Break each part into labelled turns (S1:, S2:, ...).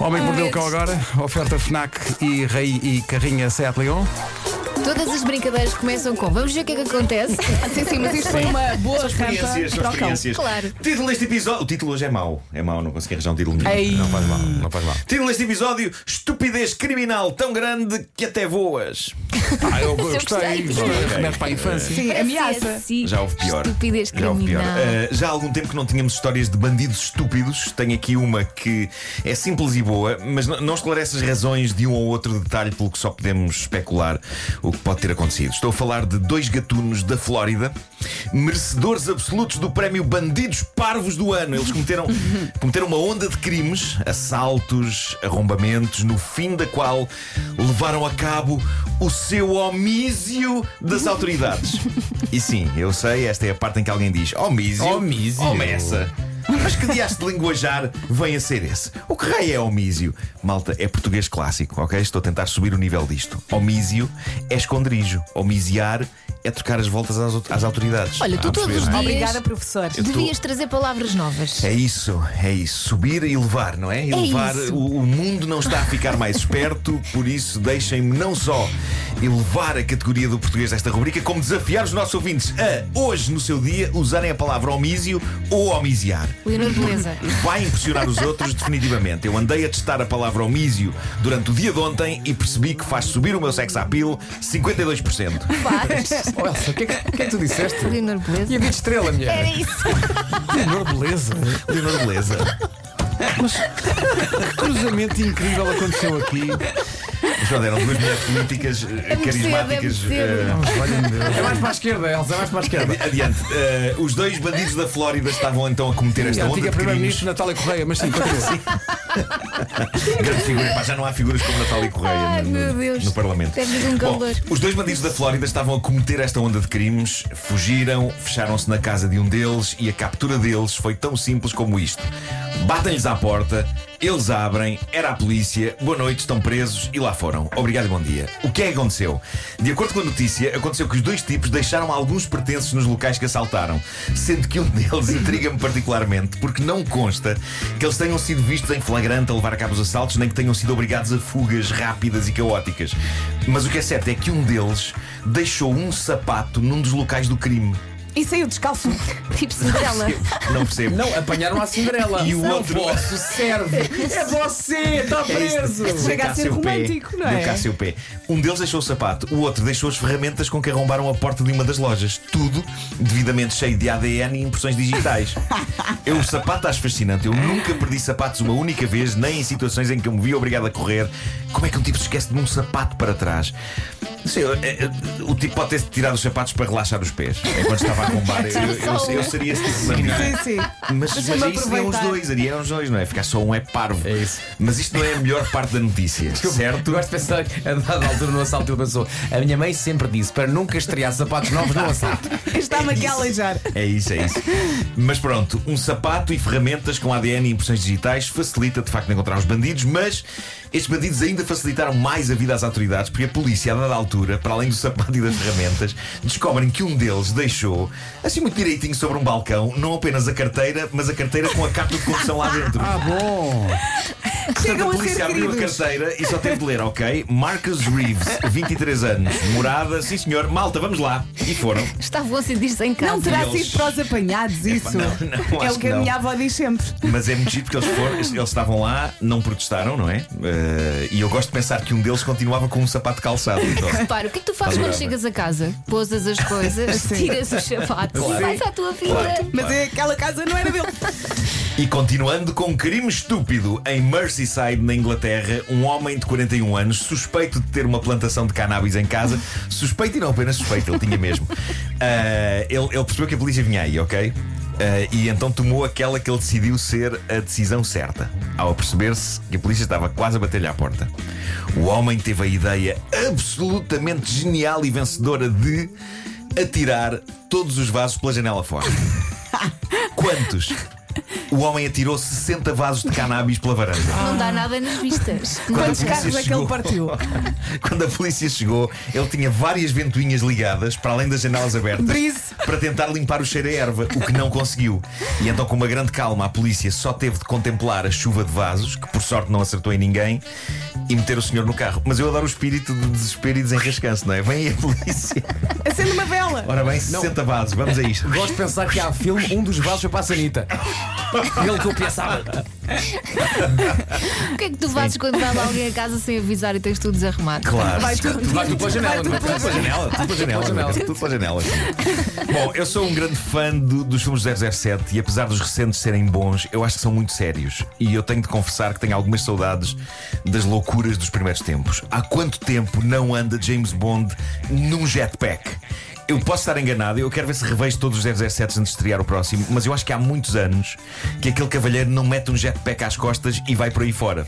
S1: Homem que
S2: Um
S1: mordeu o cão
S2: medo.
S1: agora, oferta FNAC e, Rei e Carrinha Seat Leon.
S3: Todas as brincadeiras começam com vamos ver o que é que acontece.
S2: Sim, sim, mas isto foi uma boa reta
S4: Experiências,
S2: para
S4: são
S2: o cão.
S4: experiências.
S3: Claro.
S4: Título deste episódio. O título hoje é mau. É mau, não consegui arranjar um título nenhum.
S2: Ei.
S1: Não faz mal, não faz mal.
S4: Título deste episódio: Estupidez criminal tão grande que até voas.
S1: Ah, eu,
S3: gostei.
S1: gostei, gostei. Remete para a infância.
S2: Sim, É, ameaça.
S3: Assim,
S4: Já houve pior.
S3: Estupidez
S4: Já houve pior.
S3: criminal.
S4: Ah, já há algum tempo que não tínhamos histórias de bandidos estúpidos. Tenho aqui uma que é simples e boa, mas n- não esclarece as razões de um ou outro detalhe, pelo que só podemos especular o que pode ter acontecido. Estou a falar de dois gatunos da Flórida, merecedores absolutos do prémio Bandidos Parvos do Ano. Eles cometeram, cometeram uma onda de crimes, assaltos, arrombamentos, no fim da qual levaram a cabo o seu omísio das autoridades. E sim, eu sei, esta é a parte em que alguém diz omísio.
S1: Omísio.
S4: Omessa. Mas que dias de linguajar vem a ser esse? O que raio é omísio? Malta, é português clássico, ok? Estou a tentar subir o nível disto. Omísio é esconderijo. Omisiar é trocar as voltas às, às autoridades.
S3: Olha, tu
S4: Vamos
S3: todos
S4: ver,
S3: os
S4: não é?
S3: dias
S2: Obrigada, professor.
S4: Eu tô-
S3: devias trazer palavras novas.
S4: É isso, é isso. Subir e elevar, não é? Elevar.
S3: isso.
S4: o, o mundo não está a ficar mais esperto, por isso deixem-me não só elevar a categoria do português desta rubrica, como desafiar os nossos ouvintes a, hoje no seu dia, usarem a palavra omísio ou omisiar.
S3: Leonor Beleza.
S4: Vai impressionar os outros definitivamente. Eu andei a testar a palavra omísio durante o dia de ontem e percebi que faz subir o meu sex appeal 52%.
S3: Faz.
S1: Oh, Elsa, o que, é que- o que é que tu disseste? É.
S3: Leonor Beleza.
S1: E a vida estrela, mulher.
S3: Era isso.
S1: Leonor Beleza.
S4: Leonor Beleza.
S1: Que cruzamento incrível aconteceu aqui.
S4: Pronto, eram duas mulheres políticas
S3: É
S4: eh,
S3: muito cedo, é
S4: carismáticas.
S3: muito cedo.
S4: eh,
S1: É mais para a esquerda, Elsa, é mais para a esquerda.
S4: Adi- Adiante. Eh, os dois bandidos da Flórida estavam então a cometer
S1: E
S4: esta
S1: a
S4: onda
S1: antiga
S4: de crimes.
S1: Primeira-Ministra Natália Correia, mas sim, continua.
S4: Grande figura. Pá, já não há figuras como Natália Correia
S3: Ai,
S4: no,
S3: meu
S4: no-
S3: Deus.
S4: no Parlamento.
S3: Temos um
S4: Bom,
S3: calor.
S4: os dois bandidos da Flórida estavam a cometer esta onda de crimes, fugiram, fecharam-se na casa de um deles e a captura deles foi tão simples como isto. Batem-lhes à porta, eles abrem, era a polícia, boa noite, estão presos e lá foram. Obrigado e bom dia. O que é que aconteceu? De acordo com a notícia, aconteceu que os dois tipos deixaram alguns pertences nos locais que assaltaram, sendo que um deles intriga-me particularmente porque não consta que eles tenham sido vistos em flagrante a levar a cabo os assaltos, nem que tenham sido obrigados a fugas rápidas e caóticas. Mas o que é certo é que um deles deixou um sapato num dos locais do crime.
S2: E saiu descalço.
S3: Tipo Cinderela.
S4: Não percebo.
S1: Não, apanharam a Cinderela.
S4: E o
S1: não
S4: outro-
S1: posso, serve. É você, está preso.
S2: Chega a
S4: cá
S2: ser
S4: seu pé.
S2: romântico, não é?
S4: Deu cá seu pé. Um deles deixou o sapato, o outro deixou as ferramentas com que arrombaram a porta de uma das lojas. Tudo devidamente cheio de ADN e impressões digitais. Eu o sapato acho fascinante. Eu nunca perdi sapatos uma única vez, nem em situações em que eu me vi obrigado a correr. Como é que um tipo se esquece de um sapato para trás? Não sei, eu- eu- eu- o tipo pode ter tirado os sapatos para relaxar os pés. Enquanto estava a arrombar, eu, eu- eu- eu seria esse tipo de bandido.
S2: um. Sim, sim.
S4: Mas, mas,
S2: Deixa-me
S4: isso não é os
S2: aproveitar.
S4: dois, Ari, eram os dois, não é? Ficar só um é parvo.
S1: É isso.
S4: Mas isto não é a melhor parte da notícia, certo?
S5: Tu gosto de pensar que a dada altura no assalto ele pensou A minha mãe sempre disse para nunca estrear sapatos novos no assalto
S2: Está-me aqui a aleijar.
S4: É isso, é isso. Mas pronto, um sapato e ferramentas com ADN e impressões digitais facilita de facto encontrar os bandidos, mas estes bandidos ainda facilitaram mais a vida às autoridades, porque a polícia, a dada altura, para além do sapato e das ferramentas, descobrem que um deles deixou, assim muito direitinho sobre um balcão, não apenas a carteira, mas a carteira com a carta de condução lá dentro.
S1: Ah, bom.
S2: Chegam a
S4: Portanto, a
S2: ser
S4: polícia abriu a
S2: queridos.
S4: carteira e só teve de ler, ok? Marcus Reeves, 23 anos, morada, sim senhor, malta, vamos lá. E foram.
S3: Estavam a sentir-se em casa.
S2: Não terá
S4: Eles-
S2: sido para os apanhados, isso.
S4: não,
S2: é
S4: acho
S2: o que
S4: que
S2: a
S4: não.
S2: minha avó diz sempre.
S4: Mas é muito giro porque eles foram, eles estavam lá, não protestaram, não é? Eh, e eu gosto de pensar que um deles continuava com um sapato calçado. Então.
S3: Repara, o que é que tu fazes
S4: Faz
S3: quando
S4: bem.
S3: chegas a casa? Pousas as coisas, tiras os sapatos e vais à tua vida.
S2: Mas é, aquela casa não era dele.
S4: E continuando com um crime estúpido em Merseyside, na Inglaterra, um homem de 41 anos, suspeito de ter uma plantação de cannabis em casa, suspeito e não apenas suspeito, ele tinha mesmo. Ah, ele, ele percebeu que a polícia vinha aí, ok? Ah, e então tomou aquela que ele decidiu ser a decisão certa, ao perceber-se que a polícia estava quase a bater-lhe à porta. O homem teve a ideia absolutamente genial e vencedora de atirar todos os vasos pela janela fora. Quantos? o homem atirou 60 vasos de cannabis pela varanda.
S3: Não dá nada nas vistas.
S2: Quantos
S4: a polícia
S2: carros é que ele
S4: chegou-
S2: partiu?
S4: Quando a polícia chegou, ele tinha várias ventoinhas ligadas, para além das janelas abertas,
S2: Brise.
S4: para tentar limpar o cheiro a erva, o que não conseguiu. E então, com uma grande calma, a polícia só teve de contemplar a chuva de vasos, que por sorte não acertou em ninguém, e meter o senhor no carro. Mas eu adoro o espírito de desespero e desenrascanço, não é? Vem aí a polícia.
S2: Acende uma vela.
S4: Ora bem, 60 vasos, vamos a isto.
S5: Gosto de pensar que há filme, um dos vasos foi para a Sanita. Ele que eu pensava.
S3: O que é que tu fazes quando vai lá alguém a casa sem avisar e tens tudo desarrumado?
S4: Claro.
S2: Vai
S4: Tudo
S2: tudo.
S5: Vai tu para a janela, não é?
S4: pela janela, tudo pela janela,
S5: janela.
S4: Roberto, tudo pela janela. Bom, eu sou um grande fã do- dos filmes 007 e apesar dos recentes serem bons, eu acho que são muito sérios. E eu tenho de confessar que tenho algumas saudades das loucuras dos primeiros tempos. Há quanto tempo não anda James Bond num jetpack? Eu posso estar enganado, eu quero ver se revejo todos os 007 antes de estrear o próximo, mas eu acho que há muitos anos que aquele cavalheiro não mete um jetpack às costas e vai por aí fora.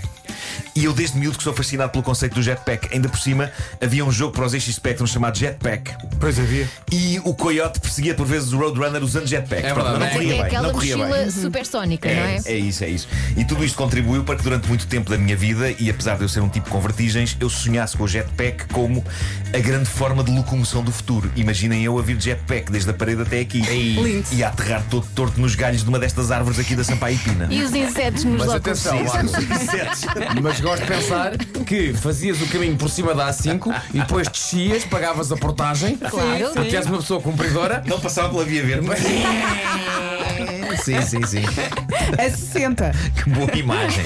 S4: E eu desde miúdo que sou fascinado pelo conceito do jetpack. Ainda por cima, havia um jogo para os X Spectrum chamado Jetpack.
S1: Pois havia.
S4: E o Coyote perseguia por vezes o Roadrunner usando jetpack.
S5: É
S4: Pronto,
S5: verdade.
S4: mas não
S5: Mas
S4: corria
S3: É
S4: bem.
S3: aquela
S4: não corria bem.
S3: mochila supersónica, não é?
S4: É, é isso, é isso. E tudo isto contribuiu para que durante muito tempo da minha vida, e apesar de eu ser um tipo com vertigens, eu sonhasse com o jetpack como a grande forma de locomoção do futuro. Imaginem eu a vir de jetpack desde a parede até aqui
S2: Lindo.
S4: e a aterrar todo torto nos galhos de uma destas árvores aqui da Sampaio Pina.
S3: E os insetos nos
S5: Mas
S3: locos.
S5: atenção, Marcos.
S4: Certo?
S5: Mas gosto de pensar que fazias o caminho por cima da A5 e depois descias, pagavas a portagem.
S3: Claro.
S5: Porque és uma pessoa cumpridora.
S4: Não passava pela via verde. mas- sim, sim, sim.
S2: A 60.
S4: Que boa imagem.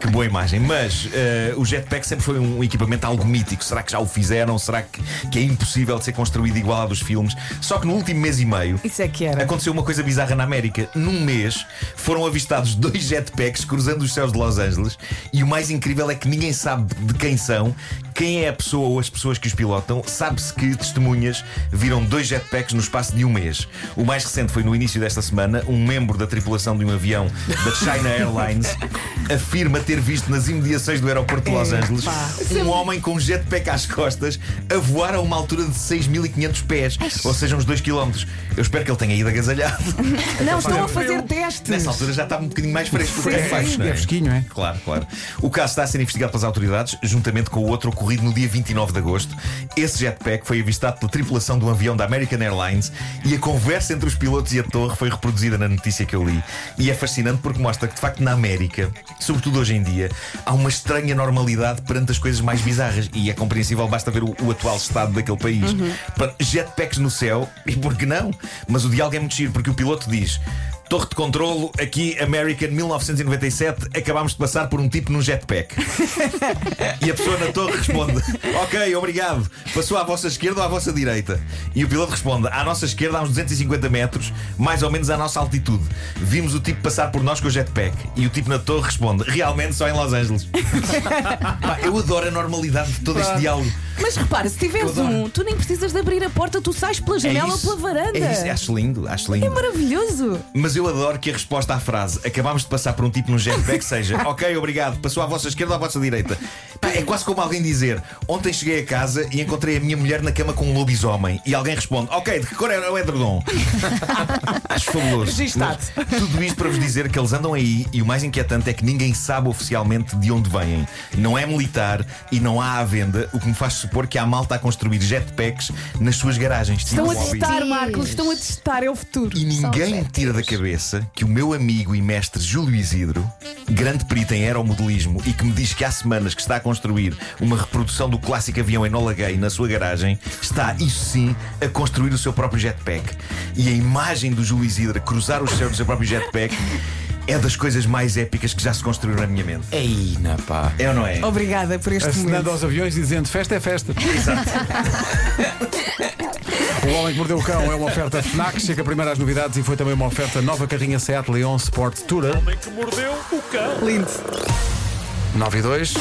S4: Que boa imagem. Mas eh, o jetpack sempre foi um equipamento algo mítico. Será que já o fizeram? Será que, que é impossível de ser construído igual à dos filmes? Só que no último mês e meio.
S2: Isso é que era.
S4: Aconteceu uma coisa bizarra na América. Num mês foram avistados dois jetpacks cruzando os céus de Los Angeles e o mais incrível é que ninguém sabe de quem são, quem é a pessoa ou as pessoas que os pilotam. Sabe-se que testemunhas viram dois jetpacks no espaço de um mês. O mais recente foi no início desta semana. Um membro da tripulação de um avião da China Airlines afirma ter visto nas imediações do aeroporto de Los Angeles um homem com um jetpack às costas a voar a uma altura de 6.500 pés, ou seja, uns 2 km. Eu espero que ele tenha ido agasalhado.
S2: Não, estão a fazer testes.
S4: Nessa altura já estava um bocadinho mais fresco porque é baixo, não
S1: É fresquinho, é?
S4: Claro, claro. O caso está a ser investigado pelas autoridades, juntamente com o outro ocorrido no dia 29 de agosto. Esse jetpack foi avistado pela tripulação de um avião da American Airlines e a conversa entre os pilotos e a torre foi reproduzida na notícia que eu li. E é fascinante porque mostra que, de facto, na América, sobretudo hoje em dia, há uma estranha normalidade perante as coisas mais bizarras. E é compreensível, basta ver o, o atual estado daquele país.
S1: Uhum.
S4: Para Jetpacks no céu, e por que não? Mas o diálogo é muito giro porque o piloto diz. Torre de controlo, aqui American 1997, acabámos de passar por um tipo num jetpack. e a pessoa na torre responde: Ok, obrigado. Passou à vossa esquerda ou à vossa direita? E o piloto responde: À nossa esquerda, a uns 250 metros, mais ou menos à nossa altitude. Vimos o tipo passar por nós com o jetpack. E o tipo na torre responde: Realmente só em Los Angeles. Pá, eu adoro a normalidade de todo este diálogo.
S2: Mas repara, se tiveres
S4: Eu adoro.
S2: um, tu nem precisas de abrir a porta, tu sais pela janela ou pela varanda.
S4: É isso. Acho lindo, acho lindo.
S2: É maravilhoso.
S4: Mas eu adoro que a resposta à frase acabámos de passar por um tipo num jetpack seja ok, obrigado, passou à vossa esquerda ou à vossa direita. Pá, é quase como alguém dizer ontem cheguei a casa e encontrei a minha mulher na cama com um lobisomem e alguém responde ok, de que cor era o edredom? Acho fabuloso.
S2: Registado.
S4: Mas Tudo isto para vos dizer que eles andam aí e o mais inquietante é que ninguém sabe oficialmente de onde vêm. Não é militar e não há à venda, o que me faz supor que há malta a construir jetpacks nas suas garagens. tipo
S2: Estão a
S4: hobby.
S2: testar, Marcos, estão a testar, é o futuro.
S4: E ninguém me tira da cabeça que o meu amigo e mestre Júlio Isidro, grande perito em aeromodelismo e que me diz que há semanas que está a construir uma reprodução do clássico avião Enola Gay na sua garagem, está, isso sim, a construir o seu próprio jetpack. E a imagem do Júlio Isidro a cruzar os céus do seu próprio jetpack é das coisas mais épicas que já se construíram na minha mente.
S5: Ei, na pá.
S4: É ou não é?
S2: Obrigada por este
S1: Assinando
S2: momento.
S1: aos aviões e dizendo festa é festa. o Homem que Mordeu o Cão é uma oferta FNAC, chega primeiro às novidades e foi também uma oferta nova carrinha Seat Leon Sport Tourer.
S6: homem que mordeu o cão.
S2: Lindo.
S1: 9 e 2.